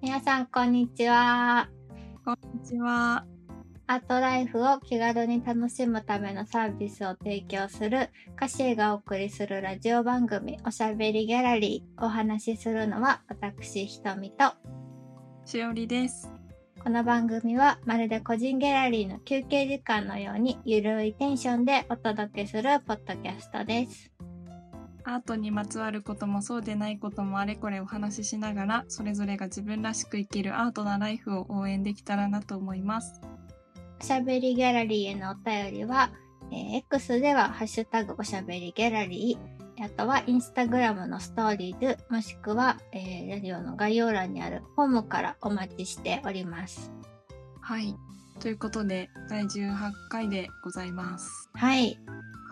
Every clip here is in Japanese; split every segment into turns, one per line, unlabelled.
皆さんこんにちは
こんにちは。
アートライフを気軽に楽しむためのサービスを提供するカシエがお送りするラジオ番組おしゃべりギャラリーお話しするのは私ひとみと
しおりです。
この番組はまるで個人ギャラリーの休憩時間のようにゆるいテンションでお届けするポッドキャストです
アートにまつわることもそうでないこともあれこれお話ししながら、それぞれが自分らしく生きるアートなライフを応援できたらなと思います。
おしゃべりギャラリーへのお便りは、えー X では「ハッシュタグおしゃべりギャラリー」あとはインスタグラムのストーリーズもしくは、えーラジオの概要欄にあるホームからお待ちしております。
はい。ということで、第18回でございます。
はい、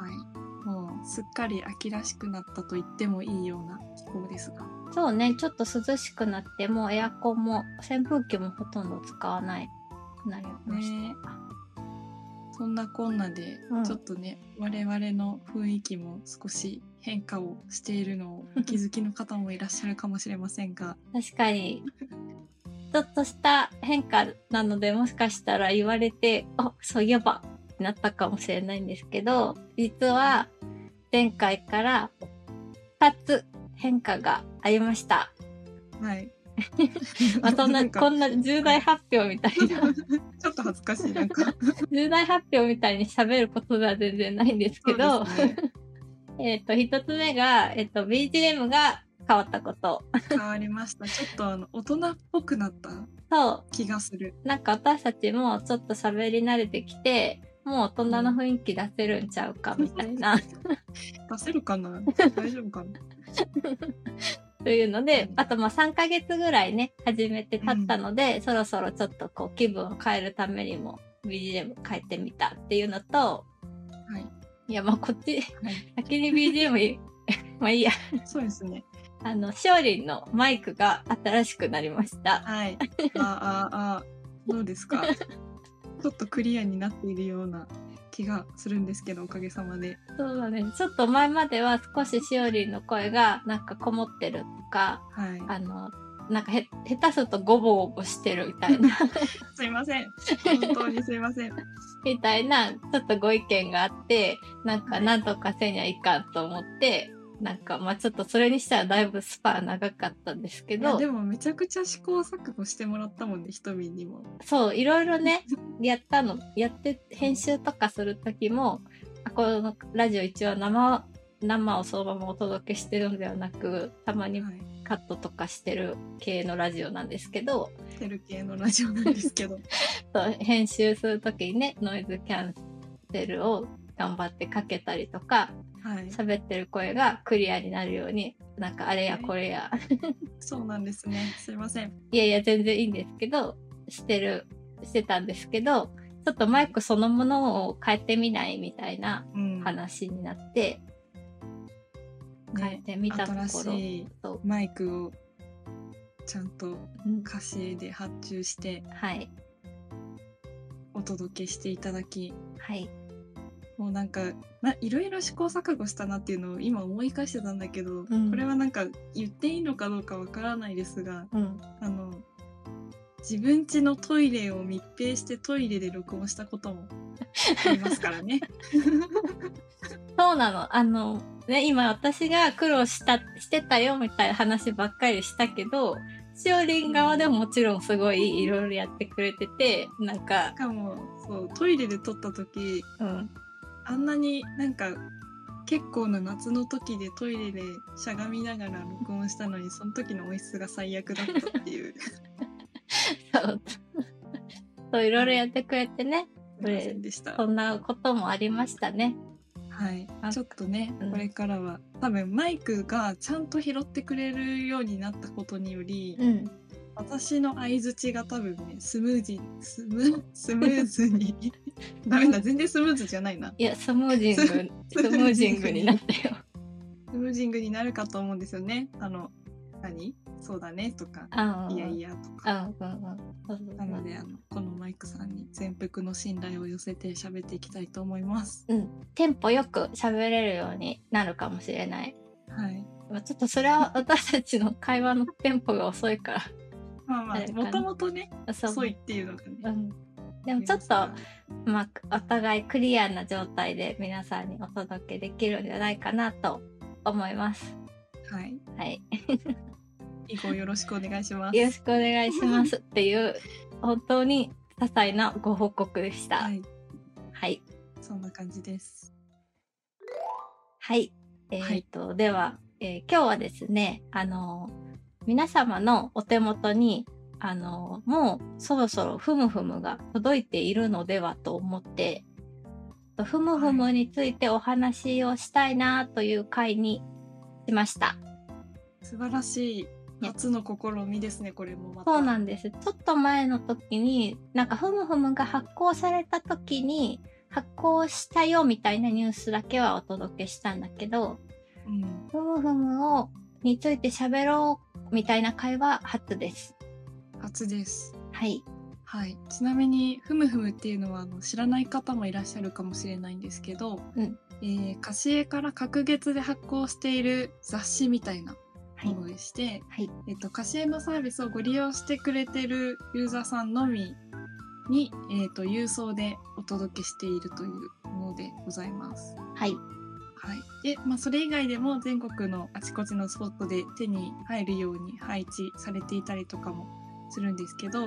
はい。もう、すっかり秋らしくなったと言ってもいいような気候ですが。
そうねちょっと涼しくなってもうエアコンも扇風機もほとんど使わないくなりました。
ねそんなこんなで、
うん
ちょっとね我々の雰囲気も少し変化をしているのをお気づきの方もいらっしゃるかもしれませんが
確かに。ちょっとした変化なので、もしかしたら言われて、あ、そういえば、ってなったかもしれないんですけど、実は、前回から、2つ変化がありました。
はい
まあ、そんな、
んか
こんな重大発表みたい な、
ちょっと恥ずかしいな んか
重大発表みたいに喋ることでは全然ないんですけ
そ
ど、
うですね
えっと、1つ目が、えっ、と、BGM が変わったこと。
変わりましたちょっとあの大人っぽくなった
そう、
気がする
なんか私たちもちょっと喋り慣れてきてもう大人の雰囲気出せるんちゃうかみたいな
出せるかな大丈夫かな
というので
うん
あとまあ3ヶ月ぐらいね始めて経ったので、そろそろちょっとこう気分を変えるためにも BGM 変えてみたっていうのと
はい
いやまあこっち
はい
先に BGM い まあいいや
そうですね
あのしおりんのマイクが新しくなりました
はいあああどうですかちょっとクリアになっているような気がするんですけどおかげさまで
そうだねちょっと前までは少ししおりんの声がなんかこもってるとか
はい。
あの、なんかへ、下手するとゴボゴボしてるみたい な、
すいま せん。本当にすいません。
みたいな、ちょっとご意見があって、なんか、なんとかせにはいかんと思って、なんか、まあちょっとそれにしたらだいぶスパ長かったんですけ
いや
ど
で、もめちゃくちゃ試行錯誤してもらったもんね、ひとみにも。
そう、いろいろ ね、やったの、やって、編集とかする時も、あこのラジオ一応生、生をそのままお届けしてるんではなく、たまに
はい。
カットとかしてる系のラジオなんですけど、
テル系のラジオなんですけ ど。
そう編集するときにねノイズキャンセルを頑張ってかけたりとか
はい。
喋ってる声がクリアになるようになんかあれやこれ や
そうなんですね。すいません。
いやいや全然いいんですけどしてるしてたんですけどちょっとマイクそのものを変えてみないみたいな
うん。
話になって変え
ね、
てみたとこ
新
ろ、
しい
そう
マイクをちゃんと
うん
歌詞で発注して
はい
お届けしていただき、
はい
もうなんかないろいろ試行錯誤したなっていうのを今思い返してたんだけど、
うん
これはなんか言っていいのかどうかわからないですが、
うん
あの自分家のトイレを密閉してトイレで録音したこともありますか らね。
そうなの。あの、ね、今私が苦労した、してたよみたいな話ばっかりしたけど、しおりん側でももちろんすごいいろいろやってくれてて、なんか
し、かもそうトイレで撮った時
うん、
あんなになんか結構な夏の時でトイレでしゃがみながら録音したのにその時の音質が最悪だったって いうす
そう、そういろいろやってくれてね、
いませんでした。
そんなこともありましたね。
はい
あ、
ちょっとね、
うん
これからは多分マイクがちゃんと拾ってくれるようになったことにより、
うん。
私の相づちが多分ねスムージ スムスムーズにダメだ全然スムーズじゃないない
や、スムー ジング、スムージングになったよ。
スムージングになるかと思うんですよねあの何そうだねとか
うん。
いやいやとか
うんうんうん。そうそうそ
なの
う
であのこのマイクさんに全幅の信頼を寄せて喋っていきたいと思います
テンポよく喋れるようになるかもしれない。
はい
まあちょっとそれは私たちの会話のテンポが遅いから
ままあま
あ
あ
れかな
もともとね
そう
遅いっていうのが
う
ね
ん、でもちょっと、
あります
まあ、お互いクリアな状態で皆さんにお届けできるんじゃないかなと思います。
からはい
はい、
以後よろしくお願いします
よろしくお願いしますっていう本当に些細なご報告でした。は、
はいい
はい、
そんな感じです
えーっと、では、えー今日はですね、あのー皆様のお手元にあのーもうそろそろふむふむが届いているのではと思って。ふむふむについてお話をしたいなという回にしました。
素晴らしい
や
初の試みですねこれもまた
そうなんです。ちょっと前の時に、なんかふむふむが発行された時に、発行したよみたいなニュースだけはお届けしたんだけど、
うん
ふむふむを、について喋ろうみたいな会は初です。
初です
はい。
はい、ちなみに「ふむふむ」っていうのはあの知らない方もいらっしゃるかもしれないんですけど、
うん
えー貸し絵から隔月で発行している雑誌みたいな
はい
も。のでして、
はい。
えっと、貸し絵のサービスをご利用してくれてるユーザーさんのみに、えー、と郵送でお届けしているというものでございます。
はい。
はいでまあ、それ以外でも全国のあちこちのスポットで手に入るように配置されていたりとかもするんですけど、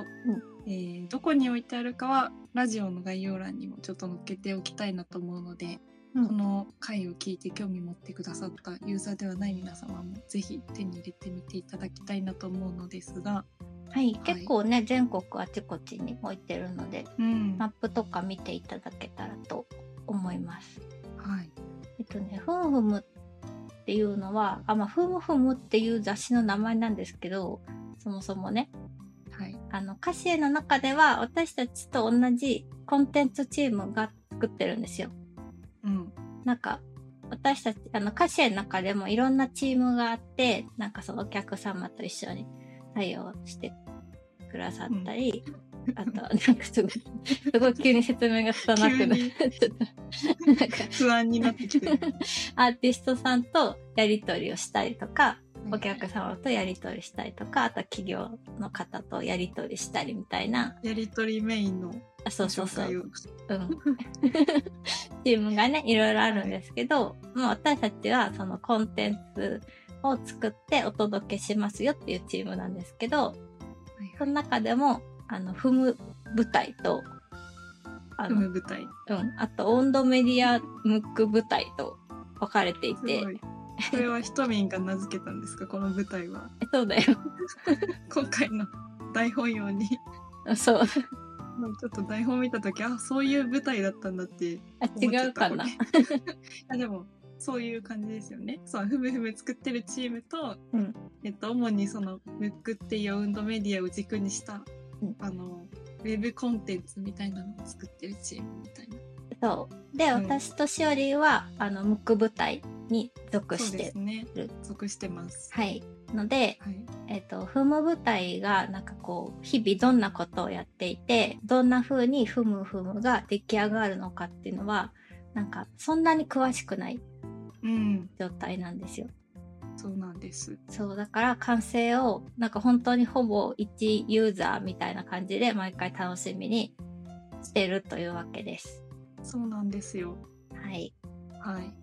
えーどこに置いてあるかはラジオの概要欄にもちょっと載っけておきたいなと思うので、
うん
この回を聞いて興味持ってくださったユーザーではない皆様もぜひ手に入れてみていただきたいなと思うのですが、
はい。結構ね、全国あちこちに置いてるので、
うん
マップとか見ていただけたらと思います。
はい、
えっとね、ふむふむっていうのは、あ、まあ、ふむふむっていう雑誌の名前なんですけど、そもそもね、
はい
あの、歌詞の中では私たちと同じコンテンツチームが作ってるんですよ。
うん
なんか、私たち、あの、歌詞の中でもいろんなチームがあって、なんかそのお客様と一緒に対応してくださったり、あと、なんかすごい、すごい急に説明がつかなくなっちゃった。なんか、
不安になっ てきてる
アーティストさんとやり取りをしたりとか、お
はい
客様とやり取りしたりとか、あとは企業の方とやり取りしたりみたいな、
やりとりメインの
あそうそう
紹
そう
介、を
うん、 チームがねいろいろあるんですけど、まあ、私たちはそのコンテンツを作ってお届けしますよっていうチームなんですけど
はい
その中でもあの踏む舞台とあ
踏
の、
む舞台
うん、あと温度メディアムック舞台と分かれてい
す
て
ごい。これはひとみんが名付けたんですか、 この舞台は。
そうだよ
今回の台本用に。
そう
もうちょっと台本見たとき、あ、そういう舞台だったんだって
あ違
思っちゃ
う
った。
かな
これ あでも、そういう感じですよね。そう、ふむふむ作ってるチームと、
うん
えっと、主にその、ムックっていう運動メディアを軸にした、
うん
あの、ウェブコンテンツみたいなのを作ってるチームみたいな。
そうで
うん
私としおりんはあのムック舞台に属
そ
して
うですね
る。
属してます。
はいので
はい。
えっと踏む舞台がなんかこう日々どんなことをやっていてどんな風に踏む踏むが出来上がるのかっていうのはなんかそんなに詳しくない
うん、
状態なんですよ。
そうなんです。
そうだから完成をなんか本当にほぼ1ユーザーみたいな感じで毎回楽しみにしてるというわけです。
そうなんですよ。
はい。
はい。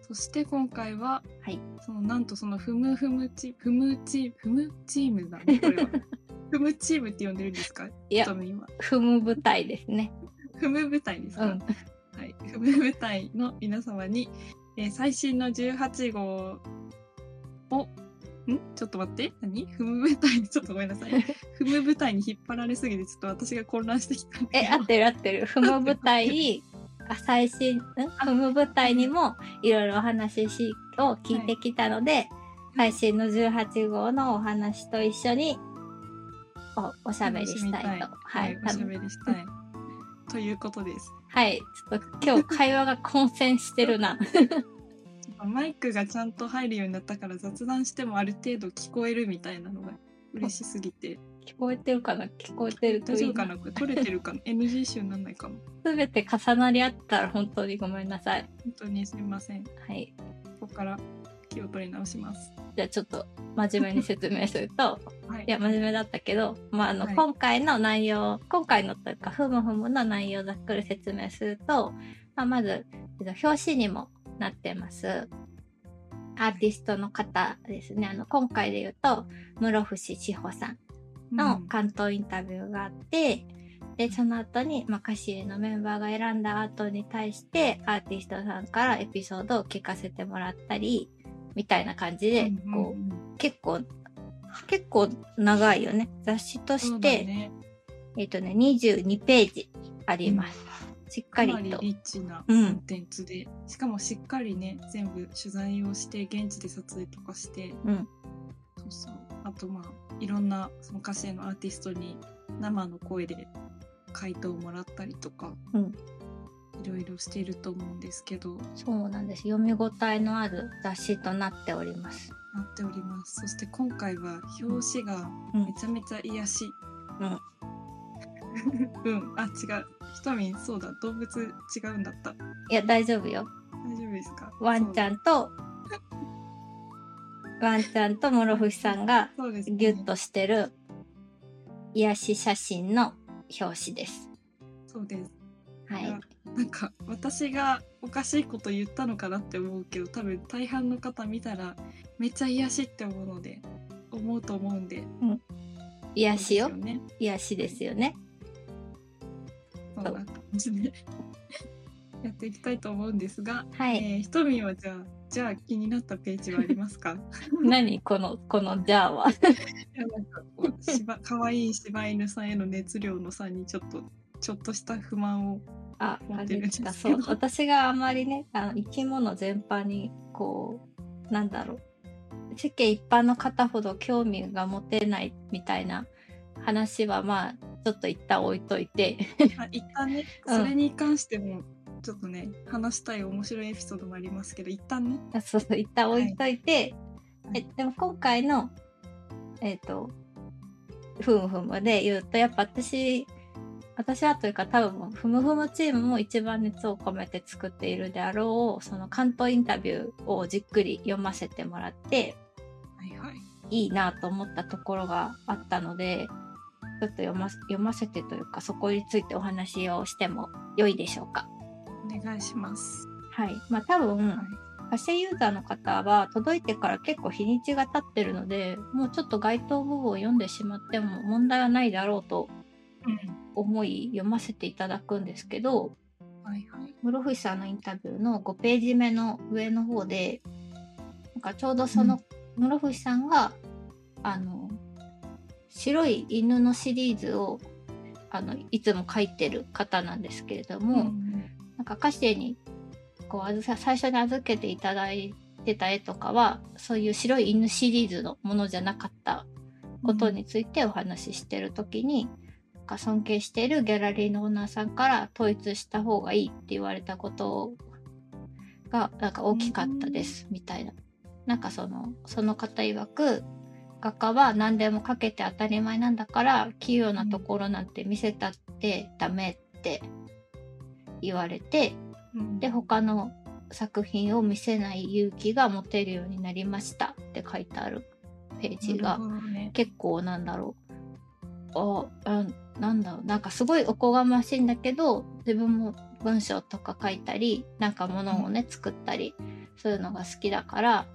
そして今回は、
はい
そのなんとそのふむふむチふむチふむチームだ ねこれは。ふむチームって呼んでるんですか？
いや
多分今
踏む舞台ですね。
ふむ舞台です
う
か？
ん。
はい。ふむ舞台の皆様に、えー最新の18号をんちょっと待って何ふむ舞台にちょっ とごめんなさ いふむ舞台に引っ張られすぎてちょっと私が混乱してきたんだけ
え、
ど
合ってる合ってる。ふむ舞台、あ最新、んふむ舞台にもいろいろお話しを聞いてきたので、最新の18号のお話と一緒におおしゃべりしたいと。
は
はいい、。
お
多
しゃ
分
べりしたいということです。
はい。ちょっと今日会話が混戦してるな。
マイクがちゃんと入るようになったから雑談してもある程度聞こえるみたいなのが嬉しすぎて
聞こえてるかな聞こえてると
大
い
丈
い
夫か
な。
なこれ取れてるかな NG 集になんないかも
すべて重なり合ったら本当にごめんなさい。
本当にすみませんこ
はい。
こから気を取り直します
じゃあちょっと真面目に説明すると、
はい
いや真面目だったけど、まああの
はい
今回の内容今回のというかふむふむの内容をざっくり説明すると、まあ、まずえっと表紙にもなってますアーティストの方ですねあの今回で言うと室伏志保さんの関東インタビューがあって、でその後に、まあ、歌詞のメンバーが選んだアートに対してアーティストさんからエピソードを聞かせてもらったりみたいな感じで、
うん
こう結構結構長いよね雑誌と
そう
し
だ
て、
ね
えっ、とね22ページあります、しっか
か
り
なり
と
リッチな
うん
コンテンツで、しかもしっかりね全部取材をして現地で撮影とかして
うん
そうそうあとまあいろんなその歌手のアーティストに生の声で回答をもらったりとか、
うん
いろいろしていると思うんですけど
そうなんです読み応えのある雑誌となっております
なっておりますそして今回は表紙が
うん
めちゃめちゃ癒し
う
うん、あ違うひとみんそうだ動物違うんだった
いや大丈夫よ
大丈夫ですか
ワンちゃんと、ワンちゃんと諸伏さんが
そうそうです、ね、
ギュッとしてる癒し写真の表紙です。
そうです
はい
や。なんか私がおかしいこと言ったのかなって思うけど多分大半の方見たらめっちゃ癒しって思うので思うと思うんで
癒しよ
そう。ですね
癒しですよね。
そんな感じで やっていきたいと思うんですが、
はい。
えーひとみんはじゃあじゃあ気になったページはありますか
何この、このジャーは。
いやなんかこうしば可愛い柴犬さんへの熱量の差にちょっとちょっとした不満を
あ、
持っ
感
て
じ
るん
ま
です
し
けど
た。そう。私があまりね、あの生き物全般に、こう、なんだろう。世間一般の方ほど興味が持てないみたいな話は、まあ、ちょっと一旦置いといて。
あ一旦ね
うん
それに関してもちょっとね話したい面白いエピソードもありますけど一旦ね
あそうそう一旦置いといて、
はい
えでも今回のえっ、とふむふむで言うとやっぱ私私はというか多分ふむふむチームも一番熱を込めて作っているであろうその関東インタビューをじっくり読ませてもらって
はいはい
いいなと思ったところがあったのでちょっと読ま読ませてというかそこについてお話をしても良いでしょうか。
お願いします。
はいまあ、多分、パシェユーザーの方は届いてから結構日にちが経ってるのでもうちょっと該当部分を読んでしまっても問題はないだろうと思い読ませていただくんですけど
はいはい。
室伏さんのインタビューの5ページ目の上の方でなんかちょうどその室伏さんが、あの白い犬のシリーズをあのいつも書いてる方なんですけれども、
ん
なんか歌詞にこうあずさ最初に預けていただいてた絵とかはそういう白い犬シリーズのものじゃなかったことについてお話ししてる時に、なんか尊敬しているギャラリーのオーナーさんから統一した方がいいって言われたことがなんか大きかったですみたいな。なんかそのその方曰く画家は何でもかけて当たり前なんだから器用なところなんて見せたってダメって言われて
うん
で他の作品を見せない勇気が持てるようになりましたって書いてあるページが
なるほどね
結構なんだろうああなんだろうなんかすごいおこがましいんだけど自分も文章とか書いたりなんかものをね作ったりそういうのが好きだから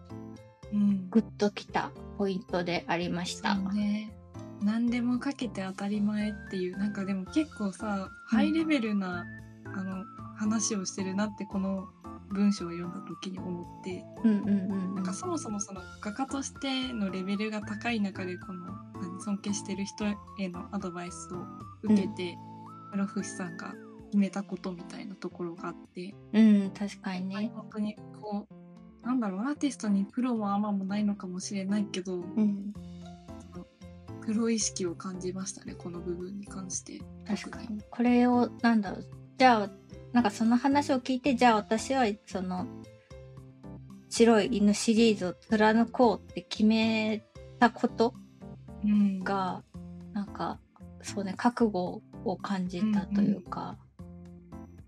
うん
グッときたポイントでありました。
そうね。何でもかけて当たり前っていうなんかでも結構さハイレベルな、あの話をしてるなってこの文章を読んだ時に思って
うんうんうんう
なん
ん
かそもそもその画家としてのレベルが高い中でこの何尊敬してる人へのアドバイスを受けて、室伏さんが決めたことみたいなところがあって、
うん確かに
はい
ね。
本当にこうなんだろうアーティストにプロもアマもないのかもしれないけど
うん
プロ意識を感じましたねこの部分に関して
確かにこれをなんだろうじゃあなんかその話を聞いてじゃあ私はその白い犬シリーズを貫こうって決めたこと
うん
がなんかそうね覚悟を感じたというか、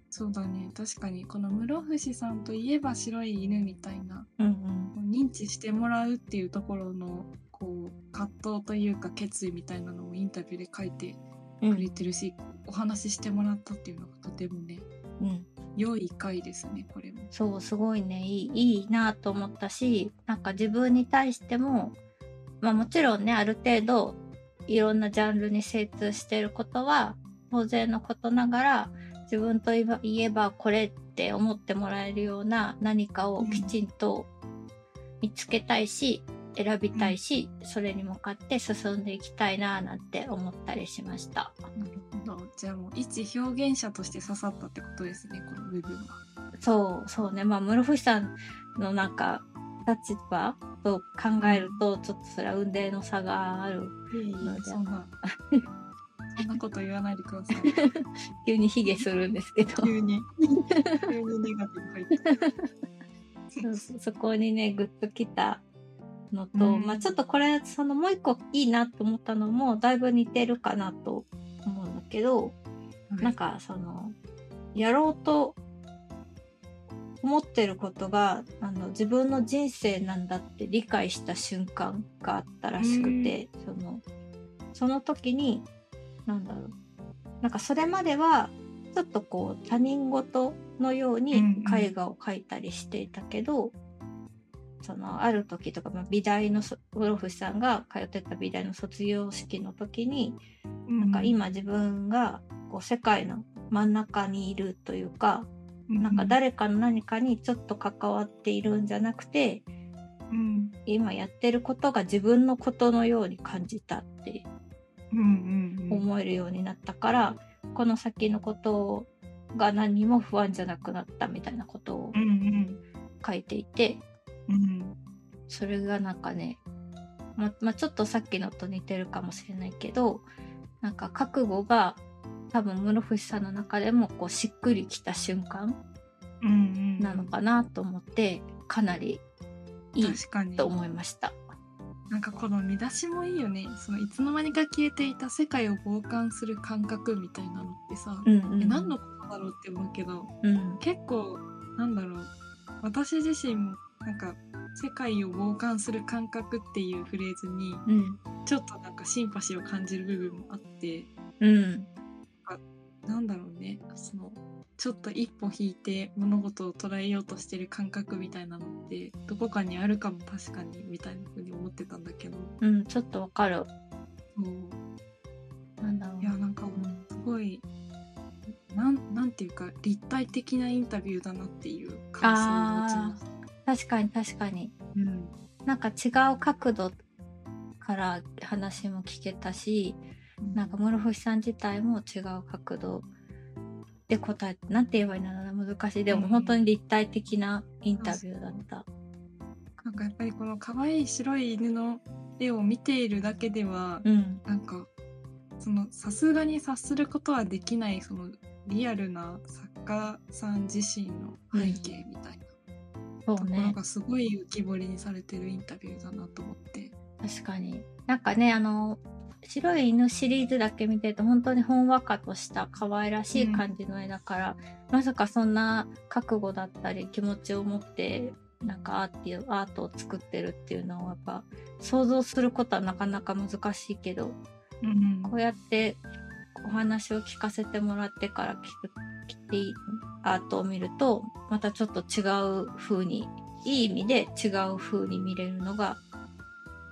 そうだね確かにこの室伏さんといえば白い犬みたいな
うん
こう認知してもらうっていうところのこう葛藤というか決意みたいなのもインタビューで書いて
う
くれ
ん
てるし、お話ししてもらったっていうのがとてもね
うん、
良い回ですねこれも。
そうすごいねいいいいなと思ったしなんか自分に対しても、まあ、もちろんねある程度いろんなジャンルに精通していることは当然のことながら自分といえば言えばこれって思ってもらえるような何かをきちんと見つけたいし選びたいし、それに向かって進んでいきたいななんて思ったりしました。
なるほどじゃあもう一表現者として刺さったってことですねこの部分は。
そうそうねまあ室伏さんのなんか立場と考えるとちょっとそれは運命の差がある
そんな そんなこと言わないでください。
急に卑下するんですけど
急に急にネガティブ入っ て。
そそこにねグッときたのと、
うん
まあちょっとこれそのもう一個いいなと思ったのもだいぶ似てるかなと思うんだけど、なんかそのやろうと思ってることがあの自分の人生なんだって理解した瞬間があったらしくて、そのその時になんだろうなんかそれまではちょっとこう他人事のよう
うん
に
うん
絵画を描いたりしていたけど、そのある時とか、まあ、美大のそ室伏さんが通ってた美大の卒業式の時に
な
なんか今自分がこう世界の真ん中にいるというか、なんか誰かの何かにちょっと関わっているんじゃなくて、
うん
今やってることが自分のことのように感じたって
うんうんうん
思えるようになったから、この先のことが何も不安じゃなくなったみたいなことを
うんうん
書いていて、
うん
それがなんかね、ままあ、ちょっとさっきのと似てるかもしれないけどなんか覚悟が多分室伏さんの中でもこうしっくりきた瞬間
うんうん
なのかなと思ってかなりいい
確かに
と思いました。
なんかこの見出しもいいよねそのいつの間にか消えていた世界を傍観する感覚みたいなのってさ、
うんうん
え何のことだろうって思うけど
うん
結構なんだろう私自身もなんか世界を傍観する感覚っていうフレーズに
うん
ちょっとなんかシンパシーを感じる部分もあって
うん
なんだろうねそのちょっと一歩引いて物事を捉えようとしてる感覚みたいなのってどこかにあるかも確かにみたいな風に思ってたんだけど
うんちょっとわかる。
そう
なんだろう
いやなんか
うん
すごいなんなんていうか立体的なインタビューだなっていう感想を持ちまし
確
た。
かに確かに
うん
なんか違う角度から話も聞けたしなんか室伏さん自体も違う角度で答えなんて言えばいいんだろうな難しいでも
うん
本当に立体的なインタビューだった。
なんかやっぱりこの可愛い白い犬の絵を見ているだけでは、
うん
なんかそのさすがに察することはできないそのリアルな作家さん自身の背景みたいな
そ
と
う
ころ
ね
がすごい浮き彫りにされてるインタビューだなと思って。
確かになんかねあの白い犬シリーズだけ見てると本当にほんわかとした可愛らしい感じの絵だから、まさかそんな覚悟だったり気持ちを持ってなんかアーティアートを作ってるっていうのをやっぱ想像することはなかなか難しいけど
うん
こうやってお話を聞かせてもらってから聞く聞てアートを見るとまたちょっと違う風にいい意味で違う風に見れるのが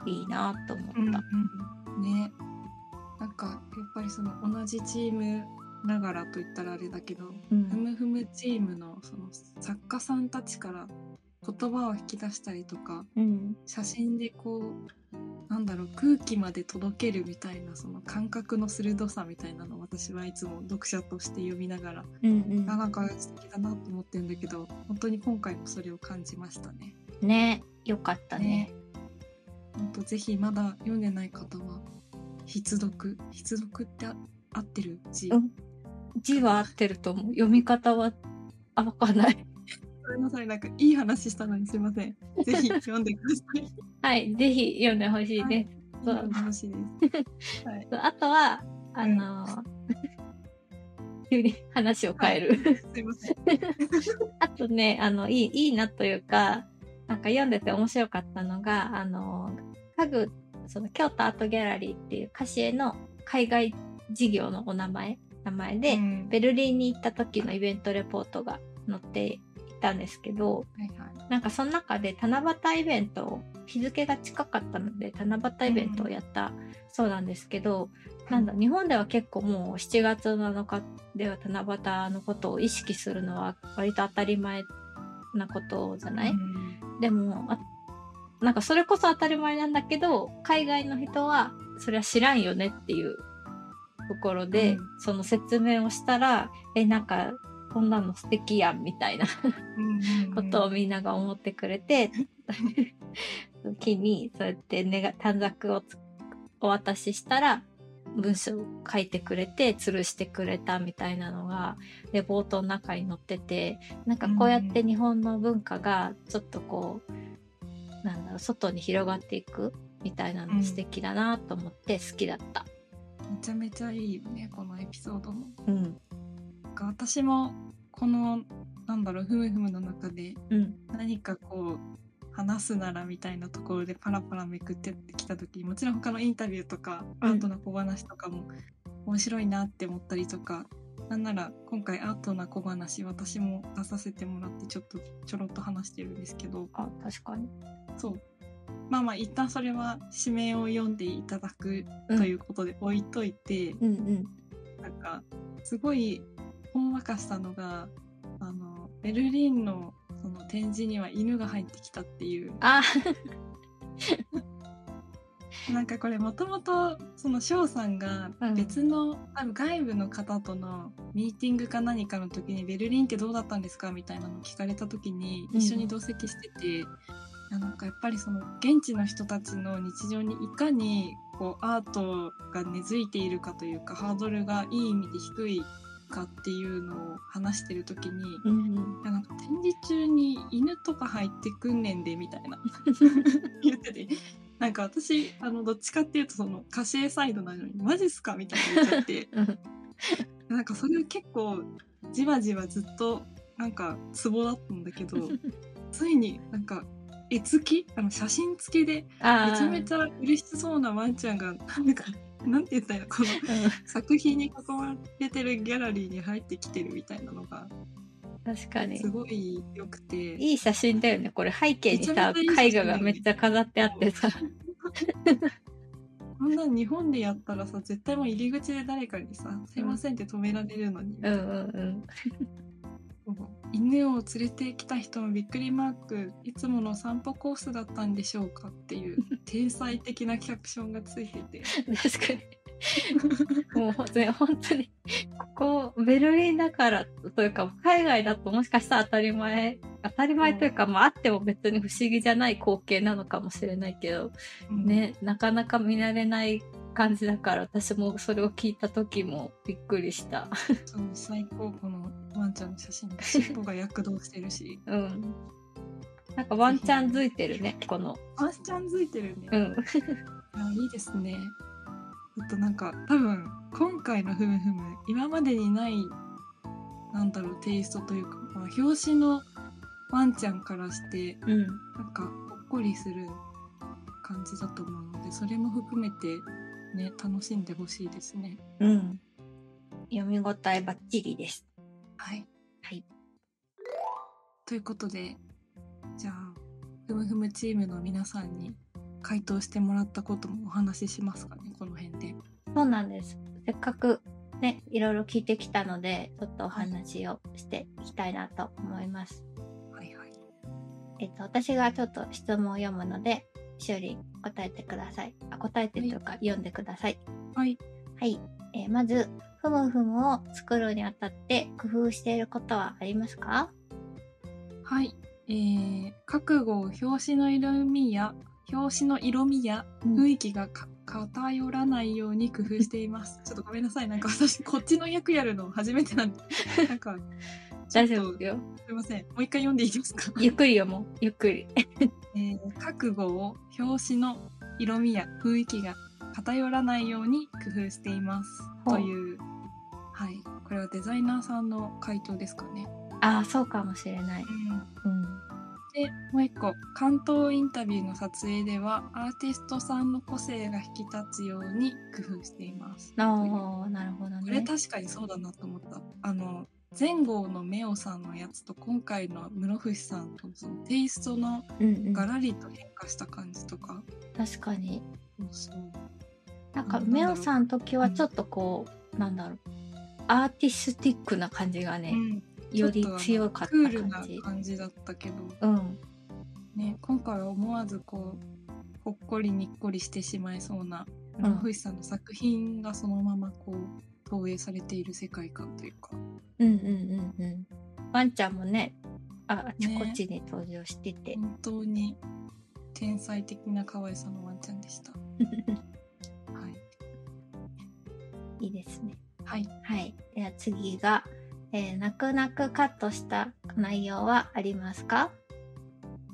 いいなと思
うん
った。
ねなんかやっぱりその同じチームながらと言ったらあれだけど
う
ふ
ん
むふむチームのその作家さんたちから言葉を引き出したりとか
うん
写真でこうなんだろう空気まで届けるみたいなその感覚の鋭さみたいなのを私はいつも読者として読みながら、
うん
あなんか素敵だなと思ってるんだけど本当に今回もそれを感じましたね。
うん、ねよかったね。
本当ぜひまだ読んでない方は必読必読ってあ合ってる字、
うん字は合ってると思う読み方はあわかんない。
ごめんなさいなんかいい話したのにすいませんぜひ読んでください。
はいぜひ読んでほしいです。そう
読んでほしいです
あとはあのー 急に話を変える。
すいません。
あとね、あの、いい、いいなというか、なんか読んでて面白かったのが、あの、家具その京都アートギャラリーっていう菓子絵の海外事業のお名前名前で、
うん
ベルリンに行った時のイベントレポートが載っていたんですけど、
はいはい
なんかその中で七夕イベントを日付が近かったので七夕イベントをやったそうなんですけど、なんだ日本では結構もう7月7日では七夕のことを意識するのは割と当たり前なことじゃない、
うん
でもあなんかそれこそ当たり前なんだけど海外の人はそれは知らんよねっていうところで、
うん
その説明をしたらえなんかこんなの素敵やんみたいな
うんうん
ことをみんなが思ってくれて、時にそうやって願短冊をつお渡ししたら文章を書いてくれて吊るしてくれたみたいなのがレポートの中に載っててなんかこうやって日本の文化がちょっとこうなんだろう外に広がっていくみたいな
う
の
ん
素敵だなと思って好きだった。
めちゃめちゃいいよねこのエピソードも。
うん、
なんか私もこのなんだろうふむふむの中で
うん、
何かこう話すならみたいなところでパラパラめくってきた時もちろん他のインタビューとか
う
ア
ん
ートな小話とかも面白いなって思ったりとか、なんなら今回アートな小話私も出させてもらってちょっとちょろっと話してるんですけど
あ確かに。
そうまあまあ一旦それは指名を読んでいただくということで置いといて、
うんうん
なんかすごいほんわかしたのがあのベルリンのその展示には犬が入ってきたっていう
あ
なんかこれもともとその翔さんが
うん
別の、多分外部の方とのミーティングか何かの時に「ベルリンってどうだったんですか?」みたいなの聞かれた時に
うん
一緒に同席してて、いやなんかやっぱりその現地の人たちの日常にいかにこうアートが根付いているかというかハードルがいい意味で低いかっていうのを話してる時に。
うんうん
いやなんか展示中に犬とか入ってくんねんでみたい な言っててなんか私あのどっちかっていうとその歌詞サイドなのにマジっすかみたいな言っちゃって
うん
なんかそれを結構じわじわずっとなんかツボだったんだ けどついになんか絵付きあの写真付きで
あー
めちゃめちゃ嬉しそうなワンちゃんがなんかなんて言ったらいいのこの作品に囲まれてるギャラリーに入ってきてるみたいなのが
うん確かに
すごい良くて。
いい写真だよね。これ背景にさ、
めちゃ
絵
めちゃいい写
画
真だよね
がめっちゃ飾ってあってさ。
こんなん日本でやったらさ絶対もう入り口で誰かにさ「すいません」って止められるのに、
うんうん
犬を連れてきた人もびっくりマークいつもの散歩コースだったんでしょうかっ ていう天才的なキャプションがついてて
うん。確かに。もう本当に、本当に、ここ、ベルリンだからというか、海外だともしかしたら当たり前、当たり前というか、まああっても別に不思議じゃない光景なのかもしれないけど、ね、なかなか見慣れない感じだから、私もそれを聞いた時もびっくりした。
そう最高このワンちゃんの写真尻尾が躍動して るし
うん。なんかワンチャンづいてるね、この。
ワンちゃんついてるね、
う
い
ん。
やいいですねあとなんか多分今回の「ふむふむ」今までにないなんだろうテイストというか、まあ、表紙のワンちゃんからして
うん。
なんかほっこりする感じだと思うのでそれも含めてね楽しんでほしいですね。
うん。読み応えばっちりです。
はい、
はい、
ということでじゃあふむふむチームの皆さんに回答してもらったこともお話ししますかねこの辺で。
そうなんです。せっかくね、いろいろ聞いてきたので、ちょっとお話をしていきたいなと思います。
はいはい、
えっと、私がちょっと質問を読むので、しおりん答えてください。あ、答えてというか、読んでください。
はい。
はい。えーまず、ふむふむを作るにあたって工夫していることはありますか
はいえー、覚悟を表紙の色味や表紙の色味や雰囲気がか偏らないように工夫してい ます。ちょっとごめんなさい。なんか私、こっちの役やるの初めてなんで。なんか、ちょ
大
っと
丈夫よ。
すいません。もう一回読んでいいです か、
ゆっくり読もう。ゆっくり。
えー覚悟を表紙の色味や雰囲気が偏らないように工夫しています。
ほう
という、はい。これはデザイナーさんの回答ですかね。
ああ、そうかもしれない。うん。
でもう一個関東インタビューの撮影ではアーティストさんの個性が引き立つように工夫しています。
ああ、なるほど
これ
ね。
確かにそうだなと思った。あの前後のメオさんのやつと今回の室伏さんとそのテイストの
うんうん、
ガラリと変化した感じとか、
確かに。
そう
なんか
なんだ
メ
ろう
オさん時はちょっとこう、なんだろうアーティスティックな感じがね、
うん
より強かっ
クー
た
ルな
感じ。
感じだったけど、
うん、
ね、今回は思わずこうほっこりにっこりしてしまいそうな
ん
室伏さんの作品がそのままこう投影されている世界観というか、
うんうんうんうん。ワンちゃんもね、ああちこちに登場してて、
本当に天才的な可愛さのワンちゃんでした。はい、
いいですね。
はい、
はい。では次が、えー泣く泣くカットした内容はありますか？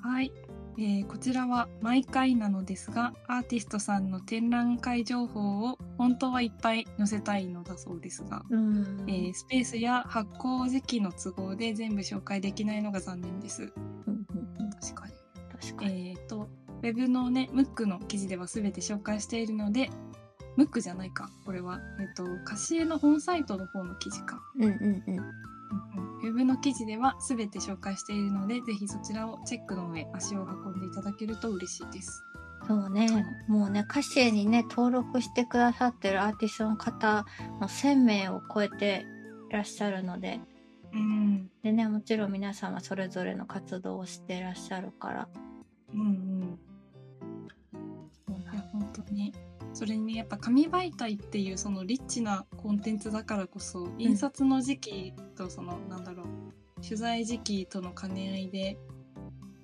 はいえーこちらは毎回なのですがアーティストさんの展覧会情報を本当はいっぱい載せたいのだそうですが、
うん
えースペースや発行時期の都合で全部紹介できないのが残念です。
うんうんうん
確かに
確かに。
えー、と、ウェブのね、ムックの記事では全て紹介しているので、ムックじゃないか、これは。えっ、と、カシエの本サイトの方の記事か。
うんうんうん。
うんうんウェブの記事では全て紹介しているので、ぜひそちらをチェックの上、足を運んでいただけると嬉しいです。
そうね、もうね、歌詞にね、登録してくださってるアーティストの方も1000名を超えていらっしゃるので、
うん、
でね、もちろん皆様それぞれの活動をしてらっしゃるから、
うん、うん。いや、本当に。それにねやっぱ紙媒体っていうそのリッチなコンテンツだからこそ印刷の時期とその、なんだろう取材時期との兼ね合いで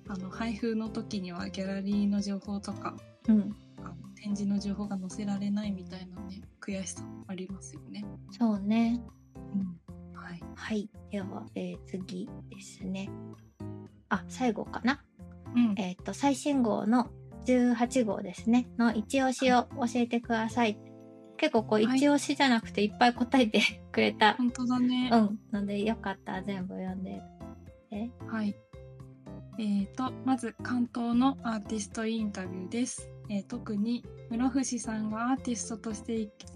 あの配布の時にはギャラリーの情報とか
うん、
あの展示の情報が載せられないみたいなね悔しさありますよね。
そうね。
はい、
はい、では、えー次ですね。あ、最後かな。
うん
えっ、と、最新号の18号ですね、の一押しを教えてください。結構こう、一
はい
押しじゃなくていっぱい答えてくれた
本当だね、
うん。ので、よかったら全部読んで。え
はい。えー、と、まず関東のアーティストインタビューです。えー特に室伏さんがアーティストとして生き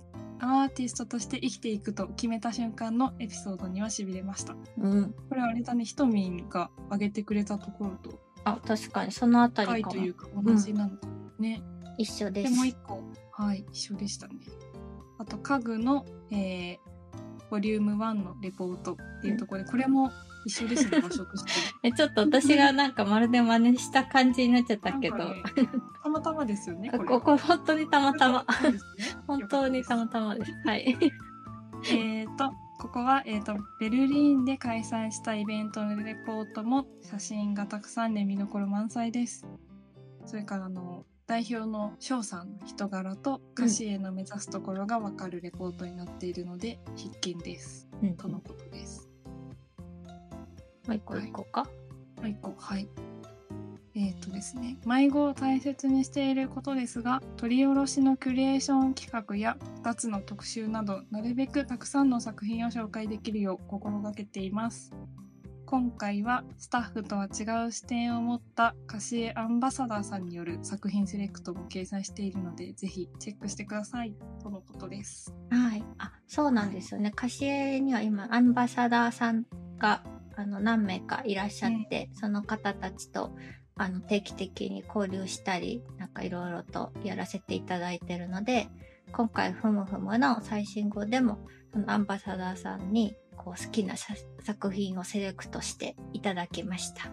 アーティストとして生きていくと決めた瞬間のエピソードには痺れました。
うん。
これはあれだね、ひとみんが挙げてくれたところと
あ、確かに、そのあた
深
り
い
か
と
も
いうか同じなのかもね。
一緒で。
ですもう一個、はい、一緒でしたね。あと家具の、えーボリューム1のレポートっていうところで、これも一緒ですね、場所として。
え、ちょっと私がなんかまるで真似した感じになっちゃったけど、
なんかねたまたまですよね。
あ
れ
ここ本当にたまたま。
そうですね
本当にたまたまです。はい。
えっ、と、ここは、えっ、と、ベルリンで開催したイベントのレポートも、写真がたくさんで見どころ満載です。それから、あの、代表の翔さんの人柄と歌詞への目指すところがわかるレポートになっているので、必見です。
うん
とのことです。
もう一個行こうか。
もう一個、はい。えっ、とですね、迷子を大切にしていることですが、取り下ろしのクリエーション企画や2つの特集など、なるべくたくさんの作品を紹介できるよう心がけています。今回はスタッフとは違う視点を持った歌詞アンバサダーさんによる作品セレクトも掲載しているので、ぜひチェックしてくださいとのことです。
はい。あ、そうなんですよね。カシエには今、アンバサダーさんが、あの、何名かいらっしゃって、その方たちと、あの、定期的に交流したり、なんかいろいろとやらせていただいてるので、今回、ふむふむの最新号でも、そのアンバサダーさんに、こう、好きなさ作品をセレクトしていただきました。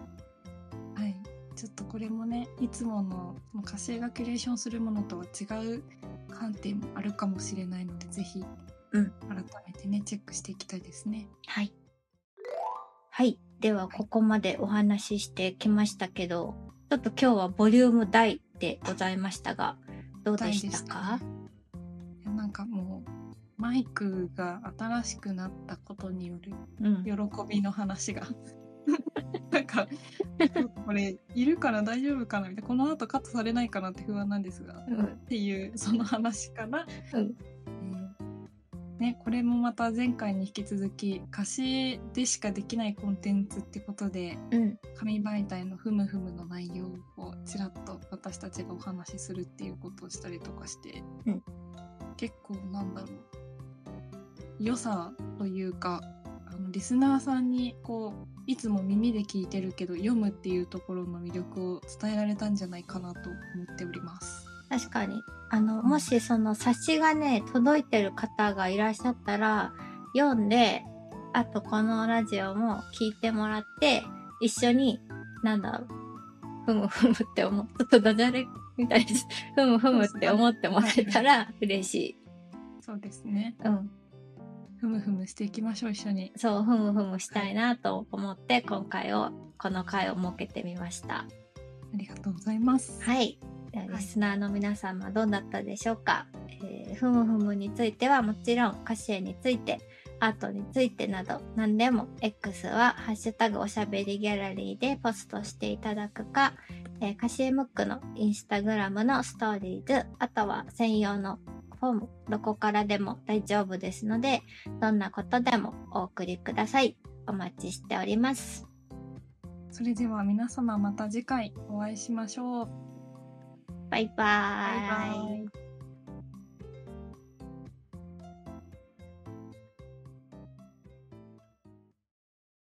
はい、ちょっとこれもねいつものその火星がキュレーションするものとは違う観点もあるかもしれないのでぜひ
うん
改めてねチェックしていきたいですね。
はい。はい。では、ここまでお話ししてきましたけど、ちょっと今日はボリューム大でございましたが、どうでしたか
大ねいやなんかもうマイクが新しくなったことによる
うん
喜。びの話が なんかちょっとこれいるから大丈夫かなみたいなこの後カットされないかなって不安なんですが
うん
っていうその話から、
うん
えーね、これもまた前回に引き続き貸しでしかできないコンテンツってことで
うん、
紙媒体のふむふむの内容をちらっと私たちがお話しするっていうことをしたりとかして、
うん
結構なんだろう良さというかあのリスナーさんにこういつも耳で聞いてるけど読むっていうところの魅力を伝えられたんじゃないかなと思っております。
確かにあのもしその冊子がね届いてる方がいらっしゃったら読んであとこのラジオも聞いてもらって一緒になんだろうふむふむって思うちょっとダジャレみたいですふむふむって思ってもらえたら嬉しい。
そうですね。
うん、
ふむふむしていきましょう一緒に。
そうふむふむしたいなと思って今回をこの回を設けてみました。
ありがとうございます。
はい。ではリスナーの皆様どうだったでしょうか、えーふむふむについてはもちろん歌詞絵についてアートについてなど何でも X は「ハッシュタグおしゃべりギャラリー」でポストしていただくか、えー、歌詞絵ムックのインスタグラムのストーリーズあとは専用のフォームどこからでも大丈夫ですのでどんなことでもお送りくださいお待ちしております
それでは皆様また次回お会いしましょう。
バイバーイ
バイバイ